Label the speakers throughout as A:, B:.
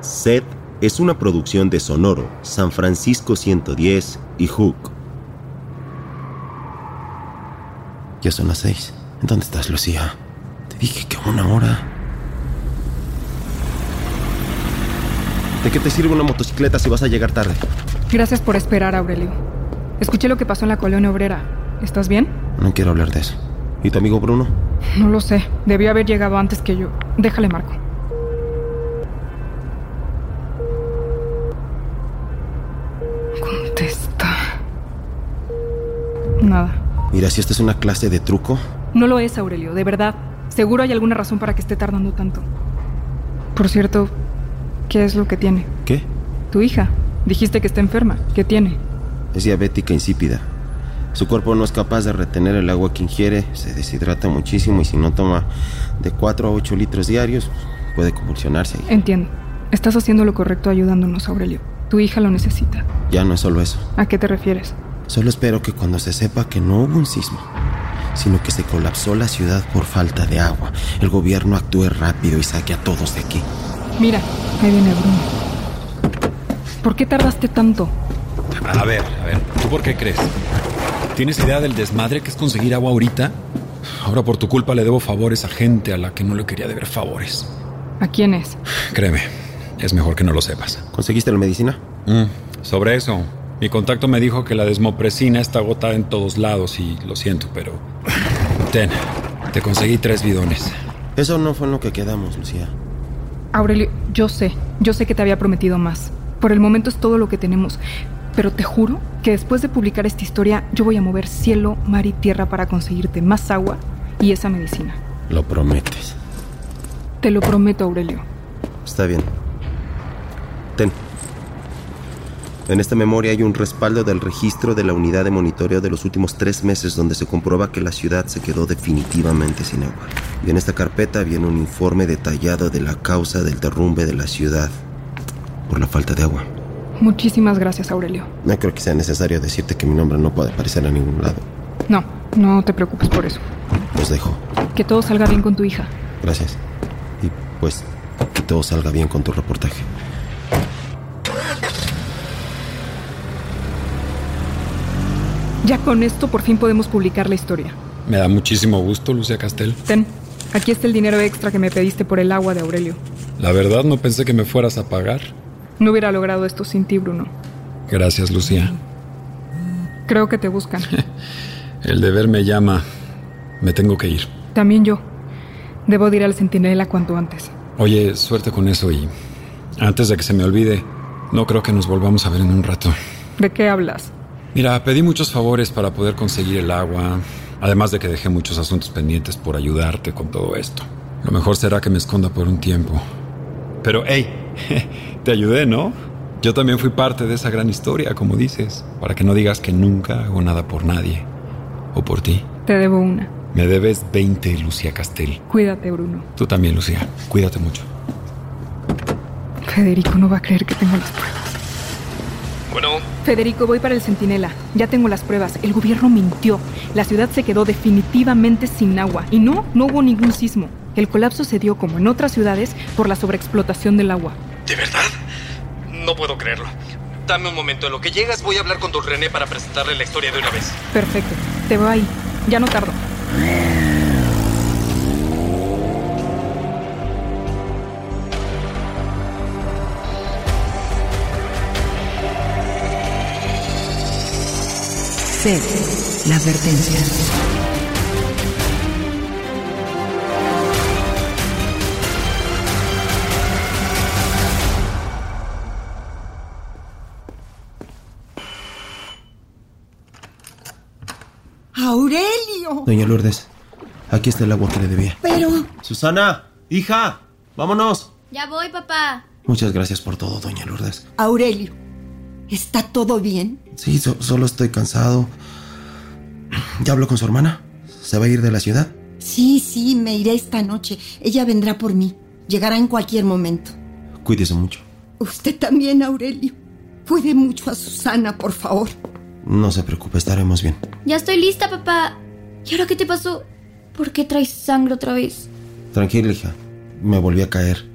A: Sed es una producción de Sonoro, San Francisco 110 y Hook.
B: Ya son las seis. ¿Dónde estás, Lucía? Te dije que una hora.
A: ¿De qué te sirve una motocicleta si vas a llegar tarde?
C: Gracias por esperar, Aurelio. Escuché lo que pasó en la colonia obrera. ¿Estás bien?
B: No quiero hablar de eso.
A: ¿Y tu amigo Bruno?
C: No lo sé. Debió haber llegado antes que yo. Déjale, Marco. Contesta. Nada.
B: Mira, si esta es una clase de truco,
C: No lo es, Aurelio, de verdad. Seguro hay alguna razón para que esté tardando tanto. Por cierto, ¿qué es lo que tiene?
B: ¿qué?
C: Tu hija. Dijiste que está enferma. ¿Qué tiene?
B: Es diabética insípida. Su cuerpo no es capaz de retener el agua que ingiere, se deshidrata muchísimo y si no toma de 4 a 8 litros diarios, puede convulsionarse. y
C: Entiendo. Estás haciendo lo correcto ayudándonos, Aurelio. Tu hija lo necesita.
B: ya no es solo eso.
C: ¿A qué te refieres?
B: Solo espero que cuando se sepa que no hubo un sismo, sino que se colapsó la ciudad por falta de agua, el gobierno actúe rápido y saque a todos de aquí.
C: Mira, ahí viene Bruno. ¿Por qué tardaste tanto?
D: A ver, a ver, ¿tú por qué crees? ¿Tienes idea del desmadre que es conseguir agua ahorita? Ahora por tu culpa le debo favores a gente a la que no le quería deber favores.
C: ¿A quién es?
D: Créeme, es mejor que no lo sepas.
B: ¿Conseguiste la medicina?
D: Mm, sobre eso, mi contacto me dijo que la desmopresina está agotada en todos lados y lo siento, pero... Ten, te conseguí tres bidones.
B: Eso no fue en lo que quedamos, Lucía.
C: Aurelio, yo sé, yo sé que te había prometido más. Por el momento es todo lo que tenemos. Pero te juro que después de publicar esta historia, yo voy a mover cielo, mar y tierra para conseguirte más agua y esa medicina.
B: Lo prometes.
C: Te lo prometo, Aurelio.
A: Está bien. Ten. En esta memoria hay un respaldo del registro de la unidad de monitoreo de los últimos tres meses donde se comprueba que la ciudad se quedó definitivamente sin agua. Y en esta carpeta viene un informe detallado de la causa del derrumbe de la ciudad por la falta de agua.
C: Muchísimas gracias, Aurelio.
B: No creo que sea necesario decirte que mi nombre no puede aparecer a ningún lado.
C: No, no te preocupes por eso.
B: Los dejo.
C: Que todo salga bien con tu hija.
B: Gracias. Y pues que todo salga bien con tu reportaje.
C: Ya con esto por fin podemos publicar la historia.
D: Me da muchísimo gusto, Lucía Castel.
C: Ten, aquí está el dinero extra que me pediste por el agua de Aurelio.
D: La verdad no pensé que me fueras a pagar.
C: No hubiera logrado esto sin ti, Bruno.
D: Gracias, Lucía.
C: Creo que te buscan.
D: El deber me llama. Me tengo que ir.
C: También yo. Debo de ir al centinela cuanto antes.
D: Oye, suerte con eso y antes de que se me olvide, no creo que nos volvamos a ver en un rato.
C: ¿De qué hablas?
D: Mira, pedí muchos favores para poder conseguir el agua, además de que dejé muchos asuntos pendientes por ayudarte con todo esto. Lo mejor será que me esconda por un tiempo. Pero, hey, te ayudé, ¿no? Yo también fui parte de esa gran historia, como dices, para que no digas que nunca hago nada por nadie o por ti.
C: Te debo una.
D: Me debes 20, Lucía Castel.
C: Cuídate, Bruno.
D: Tú también, Lucía. Cuídate mucho.
C: Federico no va a creer que tengo las pruebas.
E: Bueno,
C: Federico, voy para el centinela. Ya tengo las pruebas. El gobierno mintió. La ciudad se quedó definitivamente sin agua. Y no, no hubo ningún sismo. El colapso se dio, como en otras ciudades, por la sobreexplotación del agua.
E: ¿de verdad? No puedo creerlo. Dame un momento, en lo que llegas voy a hablar con Don René para presentarle la historia de una vez.
C: Perfecto. Te veo ahí. Ya no tardo.
F: Sed, la advertencia.
G: Aurelio,
B: Doña Lourdes, aquí está el agua que le debía.
G: pero
B: Susana, hija, vámonos.
H: Ya voy, papá.
B: Muchas gracias por todo, doña Lourdes.
G: Aurelio, ¿está todo bien?
B: Sí, so- solo estoy cansado. ¿Ya habló con su hermana? ¿Se va a ir de la ciudad?
G: Sí, sí, me iré esta noche. Ella vendrá por mí. Llegará en cualquier momento.
B: Cuídese mucho.
G: Usted también, Aurelio. Cuide mucho a Susana, por favor.
B: No se preocupe, estaremos bien.
H: Ya estoy lista, papá. ¿Y ahora qué te pasó? ¿Por qué traes sangre otra vez?
B: Tranquila, hija. Me volví a caer.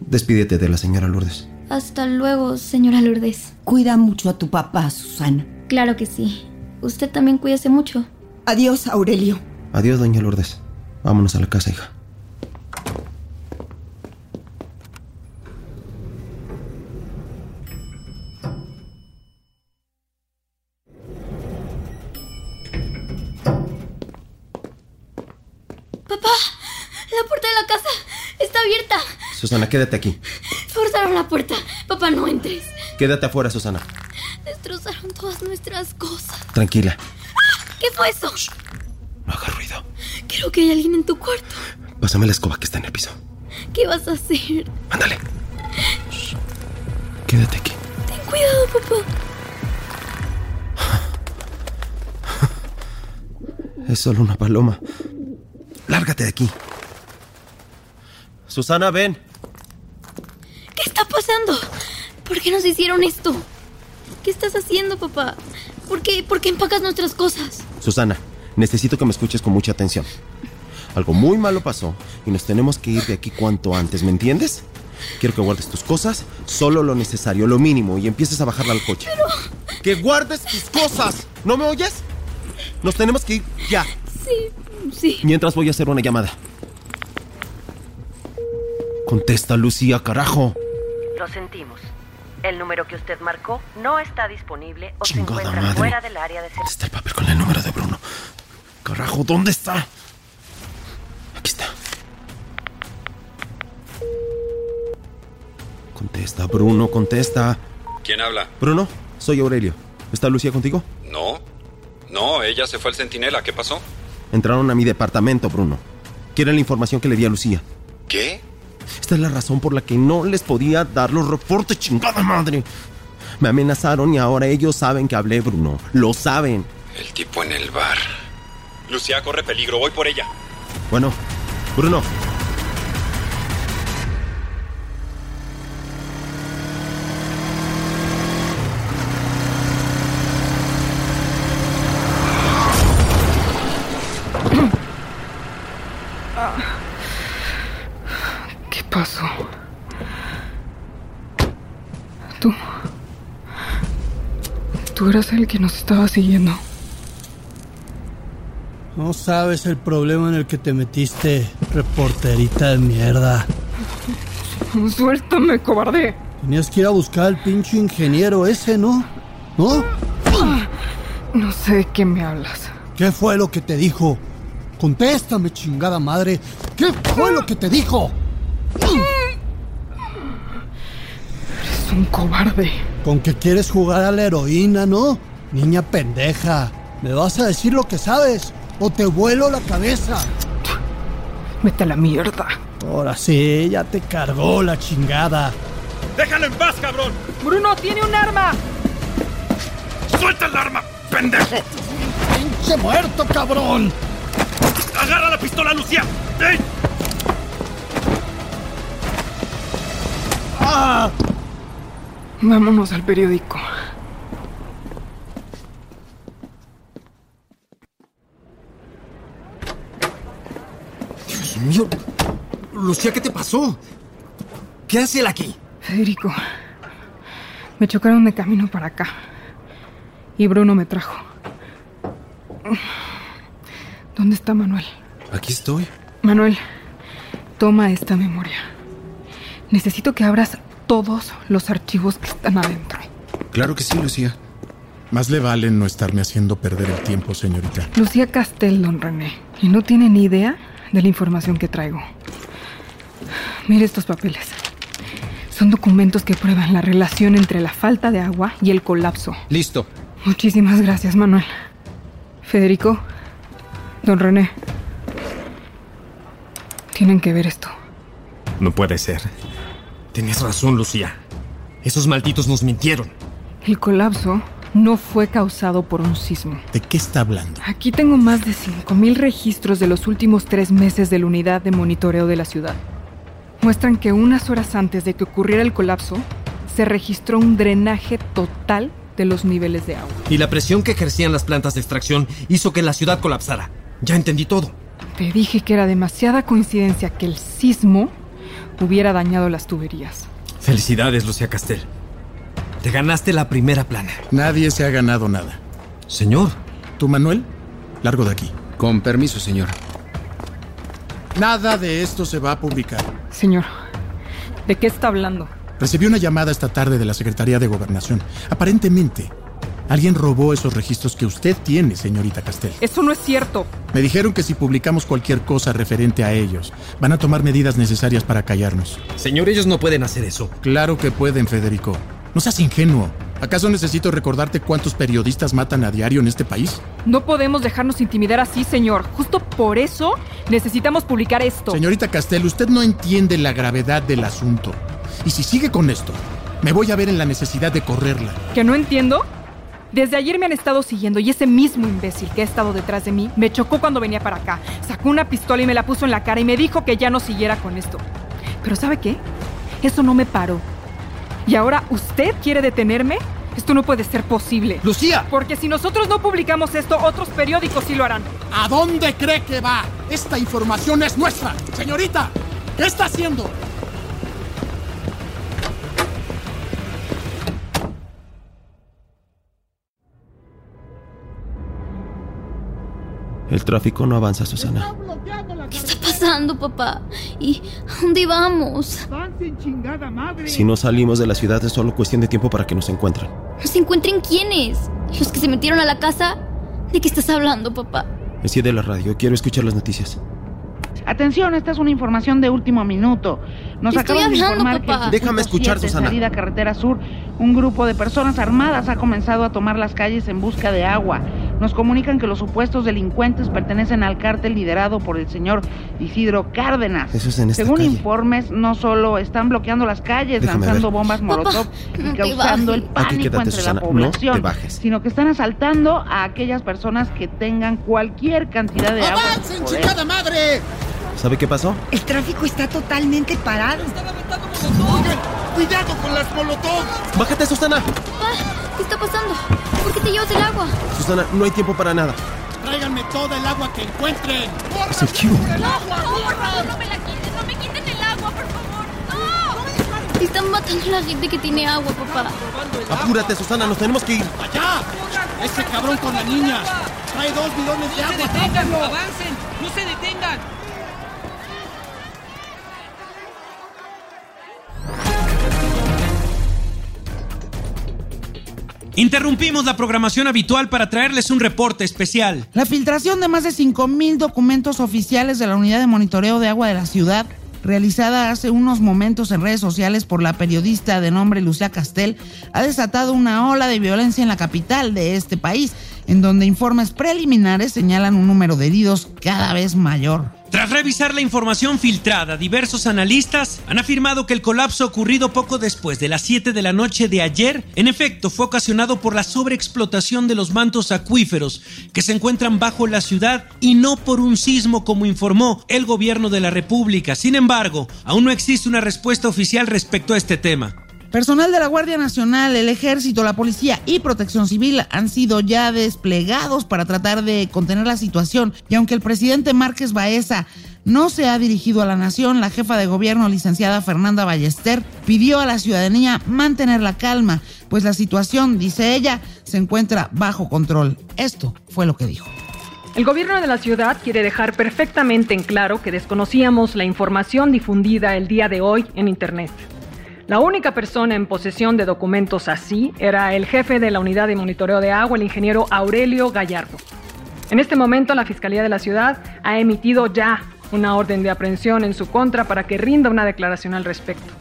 B: Despídete de la señora Lourdes.
H: Hasta luego, señora Lourdes.
I: Cuida mucho a tu papá, Susana.
H: Claro que sí. Usted también cuídese mucho.
I: Adiós, Aurelio.
B: Adiós, doña Lourdes. Vámonos a la casa, hija.
H: Papá, la puerta de la casa está abierta.
B: Susana, quédate aquí.
H: Forzaron la puerta. Papá, no entres.
B: Quédate afuera, Susana.
H: Destrozaron todas nuestras cosas.
B: Tranquila.
H: ¿Qué fue eso?
B: No hagas ruido.
H: Creo que hay alguien en tu cuarto.
B: Pásame la escoba que está en el piso.
H: ¿Qué vas a hacer?
B: Ándale. Quédate aquí.
H: Ten cuidado, papá.
B: Es solo una paloma. Lárgate de aquí. Susana, ven.
H: ¿Qué está pasando? ¿Por qué nos hicieron esto? ¿Qué estás haciendo, papá? ¿Por qué, ¿Por qué empacas nuestras cosas?
B: Susana, necesito que me escuches con mucha atención. Algo muy malo pasó y nos tenemos que ir de aquí cuanto antes, ¿me entiendes? Quiero que guardes tus cosas, solo lo necesario, lo mínimo, y empieces a bajarla al coche. ¡Que guardes tus cosas! ¿No me oyes? Nos tenemos que ir ya.
H: Sí, sí.
B: Mientras voy a hacer una llamada. Contesta, Lucía, carajo.
A: Lo sentimos. El número que usted marcó no está disponible o
B: Chingada
A: se encuentra
B: madre.
A: fuera del área de
B: ¿Dónde
A: servicio.
B: está el papel con el número de Bruno? Carajo, ¿dónde está? Aquí está. Contesta, Bruno, contesta.
D: ¿Quién habla?
B: Bruno, soy Aurelio. ¿Está Lucía contigo?
D: No. No, ella se fue al centinela. ¿Qué pasó?
B: Entraron a mi departamento, Bruno. Quieren la información que le di a Lucía.
D: ¿Qué?
B: Esta es la razón por la que no les podía dar los reportes, chingada madre. Me amenazaron y ahora ellos saben que hablé, Bruno. Lo saben.
D: El tipo en el bar. Lucía corre peligro. Voy por ella.
B: Bueno, Bruno.
C: ¿Qué pasó? Tú. Tú eras el que nos estaba siguiendo.
J: No sabes el problema en el que te metiste, reporterita de mierda.
C: Suéltame, cobarde.
J: Tenías que ir a buscar al pinche ingeniero ese, ¿no? ¿No?
C: No sé de qué me hablas.
J: ¿Qué fue lo que te dijo? Contéstame, chingada madre. ¿Qué fue lo que te dijo?
C: Es un cobarde.
J: Con que quieres jugar a la heroína, ¿no? Niña pendeja. ¿Me vas a decir lo que sabes? ¿O te vuelo la cabeza?
C: Vete a la mierda.
J: Ahora sí, ya te cargó la chingada.
D: ¡Déjalo en paz, cabrón!
C: Bruno tiene un arma.
D: ¡Suelta el arma, pendejo!
J: ¡Pinche muerto, cabrón!
D: ¡Agarra la pistola, Lucía! ¡Ey!
J: ¡Ah!
C: Vámonos al periódico.
K: Dios mío. Lucía, ¿qué te pasó? ¿Qué hace él aquí?
C: Federico. Me chocaron de camino para acá. Y Bruno me trajo. ¿Dónde está Manuel?
B: Aquí estoy.
C: Manuel, toma esta memoria. Necesito que abras todos los archivos que están adentro.
L: Claro que sí, Lucía. Más le vale no estarme haciendo perder el tiempo, señorita.
C: Lucía Castel, don René, y no tiene ni idea de la información que traigo. Mire estos papeles. Son documentos que prueban la relación entre la falta de agua y el colapso.
K: Listo.
C: Muchísimas gracias, Manuel. Federico, don René, tienen que ver esto.
K: No puede ser. Tenías razón, Lucía. Esos malditos nos mintieron.
C: El colapso no fue causado por un sismo.
L: ¿De qué está hablando?
C: Aquí tengo más de 5.000 registros de los últimos tres meses de la unidad de monitoreo de la ciudad. Muestran que unas horas antes de que ocurriera el colapso, se registró un drenaje total de los niveles de agua.
K: Y la presión que ejercían las plantas de extracción hizo que la ciudad colapsara. Ya entendí todo.
C: Te dije que era demasiada coincidencia que el sismo hubiera dañado las tuberías.
K: Felicidades, Lucía Castel. Te ganaste la primera plana.
L: Nadie se ha ganado nada.
K: Señor.
L: ¿Tú, Manuel? Largo de aquí.
K: Con permiso, señor.
L: Nada de esto se va a publicar.
C: Señor, ¿de qué está hablando?
L: Recibí una llamada esta tarde de la Secretaría de Gobernación. Aparentemente, alguien robó esos registros que usted tiene, señorita Castel.
C: Eso no es cierto.
L: Me dijeron que si publicamos cualquier cosa referente a ellos, van a tomar medidas necesarias para callarnos.
K: Señor, ellos no pueden hacer eso.
L: Claro que pueden, Federico. No seas ingenuo. ¿Acaso necesito recordarte cuántos periodistas matan a diario en este país?
C: No podemos dejarnos intimidar así, señor. Justo por eso necesitamos publicar esto.
L: Señorita Castel, usted no entiende la gravedad del asunto. Y si sigue con esto, me voy a ver en la necesidad de correrla.
C: ¿Que no entiendo? Desde ayer me han estado siguiendo y ese mismo imbécil que ha estado detrás de mí me chocó cuando venía para acá. Sacó una pistola y me la puso en la cara y me dijo que ya no siguiera con esto. Pero ¿sabe qué? Eso no me paró. ¿Y ahora usted quiere detenerme? Esto no puede ser posible.
L: ¡Lucía!
C: Porque si nosotros no publicamos esto, otros periódicos sí lo harán.
L: ¿A dónde cree que va? Esta información es nuestra. Señorita, ¿qué está haciendo?
B: El tráfico no avanza, Susana.
H: ¿Qué está pasando, papá? ¿Y a dónde vamos?
B: Si no salimos de la ciudad es solo cuestión de tiempo para que nos encuentren.
H: ¿Nos encuentren quiénes? ¿Los que se metieron a la casa? ¿De qué estás hablando, papá?
B: Enciende la radio, quiero escuchar las noticias.
M: Atención, esta es una información de último minuto. Nos
H: Estoy
M: acaban de
H: hablando,
M: informar que
H: papá.
M: el
B: Déjame escuchar,
M: 107
B: Susana.
M: Salida carretera sur, un grupo de personas armadas ha comenzado a tomar las calles en busca de agua. Nos comunican que los supuestos delincuentes pertenecen al cártel liderado por el señor Isidro Cárdenas.
B: Eso es en esta
M: Según
B: calle.
M: informes, no solo están bloqueando las calles,
B: Déjame
M: lanzando
B: ver.
M: bombas molotov
H: no
M: y
H: te
M: causando el
H: bajes.
M: pánico
B: Aquí quédate,
M: entre la
B: Susana, no
M: población,
B: te bajes.
M: sino que están asaltando a aquellas personas que tengan cualquier cantidad de agua. en su
G: ¡Avancen,
M: poder.
G: chingada madre!
B: ¿Sabe qué pasó?
G: El tráfico está totalmente parado.
L: Oigan, cuidado con las molotov.
B: Bájate, Susana.
H: Papá, ¿qué está pasando? ¿Por qué te llevas el agua?
B: Susana, no hay tiempo para nada.
L: Tráiganme toda el agua que encuentren.
B: Es el chivo.
H: por favor, no me la quiten, no me quiten el agua, por favor. ¡No! Están matando a la gente que tiene agua, papá.
B: Apúrate, Susana, nos tenemos que ir.
L: ¡Allá! ¡Ese cabrón con la niña! ¡Trae dos bidones de agua! tráiganlo.
N: avancen, no se detengan.
O: Interrumpimos la programación habitual para traerles un reporte especial.
P: La filtración de más de 5.000 documentos oficiales de la Unidad de Monitoreo de Agua de la Ciudad, realizada hace unos momentos en redes sociales por la periodista de nombre Lucía Castel, ha desatado una ola de violencia en la capital de este país, en donde informes preliminares señalan un número de heridos cada vez mayor.
O: Tras revisar la información filtrada, diversos analistas han afirmado que el colapso ocurrido poco después de las 7 de la noche de ayer, en efecto, fue ocasionado por la sobreexplotación de los mantos acuíferos que se encuentran bajo la ciudad y no por un sismo como informó el gobierno de la República. Sin embargo, aún no existe una respuesta oficial respecto a este tema.
P: Personal de la Guardia Nacional, el Ejército, la Policía y Protección Civil han sido ya desplegados para tratar de contener la situación. Y aunque el presidente Márquez Baeza no se ha dirigido a la nación, la jefa de gobierno, licenciada Fernanda Ballester, pidió a la ciudadanía mantener la calma, pues la situación, dice ella, se encuentra bajo control. Esto fue lo que dijo.
Q: El gobierno de la ciudad quiere dejar perfectamente en claro que desconocíamos la información difundida el día de hoy en Internet. La única persona en posesión de documentos así era el jefe de la unidad de monitoreo de agua, el ingeniero Aurelio Gallardo. En este momento la Fiscalía de la Ciudad ha emitido ya una orden de aprehensión en su contra para que rinda una declaración al respecto.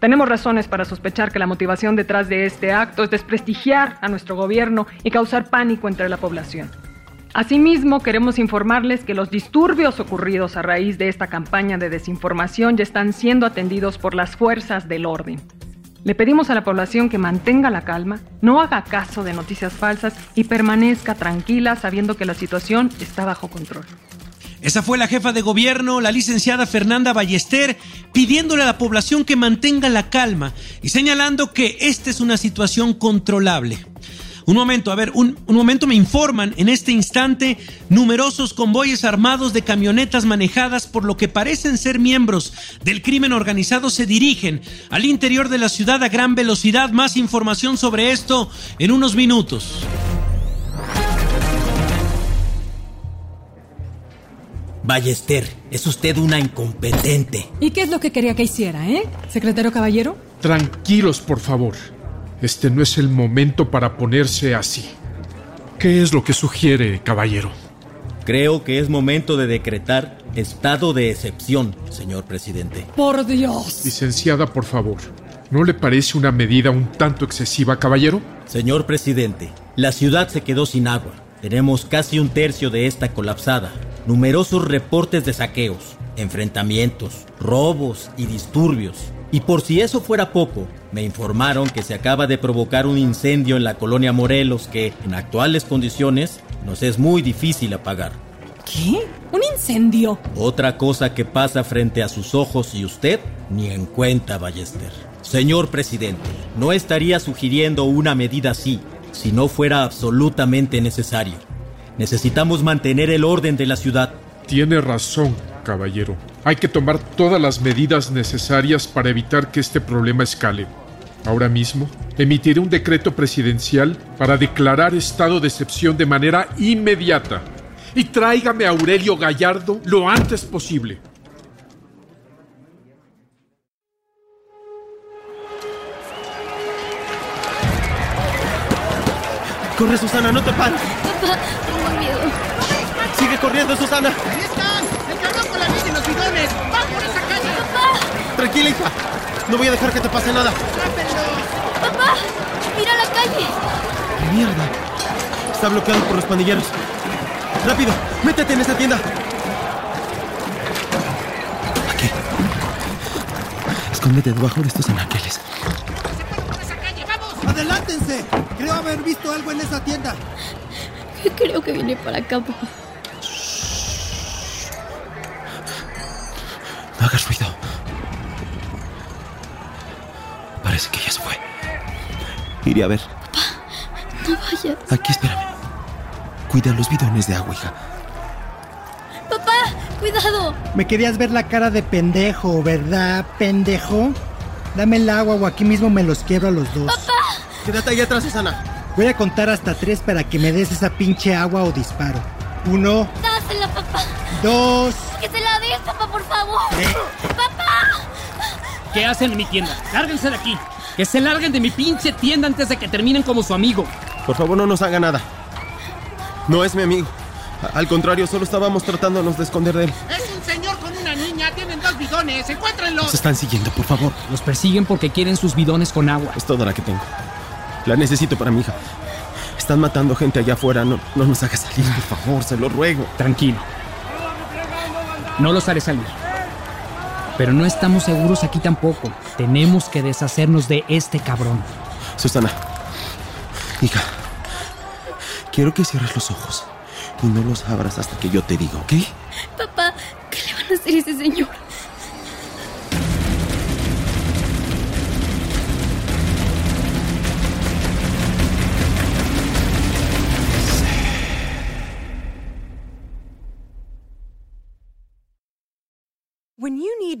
Q: Tenemos razones para sospechar que la motivación detrás de este acto es desprestigiar a nuestro gobierno y causar pánico entre la población. Asimismo, queremos informarles que los disturbios ocurridos a raíz de esta campaña de desinformación ya están siendo atendidos por las fuerzas del orden. Le pedimos a la población que mantenga la calma, no haga caso de noticias falsas y permanezca tranquila sabiendo que la situación está bajo control.
O: Esa fue la jefa de gobierno, la licenciada Fernanda Ballester, pidiéndole a la población que mantenga la calma y señalando que esta es una situación controlable. Un momento, a ver, un, un momento me informan. En este instante, numerosos convoyes armados de camionetas manejadas por lo que parecen ser miembros del crimen organizado se dirigen al interior de la ciudad a gran velocidad. Más información sobre esto en unos minutos.
R: Ballester, es usted una incompetente.
S: ¿Y qué es lo que quería que hiciera, eh? Secretario Caballero.
T: Tranquilos, por favor. Este no es el momento para ponerse así. ¿Qué es lo que sugiere, caballero?
R: Creo que es momento de decretar estado de excepción, señor presidente.
S: Por Dios.
T: Licenciada, por favor. ¿No le parece una medida un tanto excesiva, caballero?
R: Señor presidente, la ciudad se quedó sin agua. Tenemos casi un tercio de esta colapsada numerosos reportes de saqueos, enfrentamientos, robos y disturbios. Y por si eso fuera poco, me informaron que se acaba de provocar un incendio en la colonia Morelos que, en actuales condiciones, nos es muy difícil apagar.
S: ¿Qué? ¿Un incendio?
R: Otra cosa que pasa frente a sus ojos y usted ni en cuenta, Ballester. Señor presidente, no estaría sugiriendo una medida así si no fuera absolutamente necesario. Necesitamos mantener el orden de la ciudad.
T: Tiene razón, caballero. Hay que tomar todas las medidas necesarias para evitar que este problema escale. Ahora mismo, emitiré un decreto presidencial para declarar estado de excepción de manera inmediata. Y tráigame a Aurelio Gallardo lo antes posible.
B: Corre, Susana, no te pares.
H: Papá, tengo miedo.
B: Sigue corriendo, Susana.
N: ¡Ahí están! ¡El camión con la bici y los bidones! ¡Van por esa calle!
H: ¡Papá!
B: Tranquila, hija. No voy a dejar que te pase nada.
H: ¡Rápenlo! ¡Papá! ¡Mira la calle!
B: ¡Mierda! Está bloqueado por los pandilleros. ¡Rápido! ¡Métete en esa tienda! Aquí. Escóndete debajo de estos anaqueles.
J: ¡Adelántense! Creo haber visto algo en esa tienda.
H: Creo que viene para acá, papá.
B: Shh. No hagas ruido. Parece que ya se fue. Iré a ver.
H: Papá, no vayas.
B: Aquí, espérame. Cuida los bidones de agua, hija.
H: Papá, cuidado.
U: Me querías ver la cara de pendejo, ¿verdad, pendejo? Dame el agua o aquí mismo me los quiebro a los dos.
H: ¡Papá!
B: Quédate ahí atrás, Susana.
U: Voy a contar hasta tres para que me des esa pinche agua o disparo. Uno.
H: Dásela, papá.
U: Dos.
H: Que se la des, papá, por favor. ¿Eh? ¡Papá!
V: ¿Qué hacen en mi tienda? Lárguense de aquí. Que se larguen de mi pinche tienda antes de que terminen como su amigo.
B: Por favor, no nos haga nada. No es mi amigo. Al contrario, solo estábamos tratándonos de esconder de él.
N: Es un señor con una niña, tienen dos bidones, encuéntrenlos.
B: Nos están siguiendo, por favor.
V: Los persiguen porque quieren sus bidones con agua.
B: Es toda la que tengo. La necesito para mi hija. Están matando gente allá afuera, no, no nos hagas salir, por favor, se lo ruego.
V: Tranquilo. No los haré salir. Pero no estamos seguros aquí tampoco. Tenemos que deshacernos de este cabrón.
B: Susana, hija, quiero que cierres los ojos y no los abras hasta que yo te diga, ¿ok?
H: Papá, ¿qué le van a hacer a ese señor?
W: When you need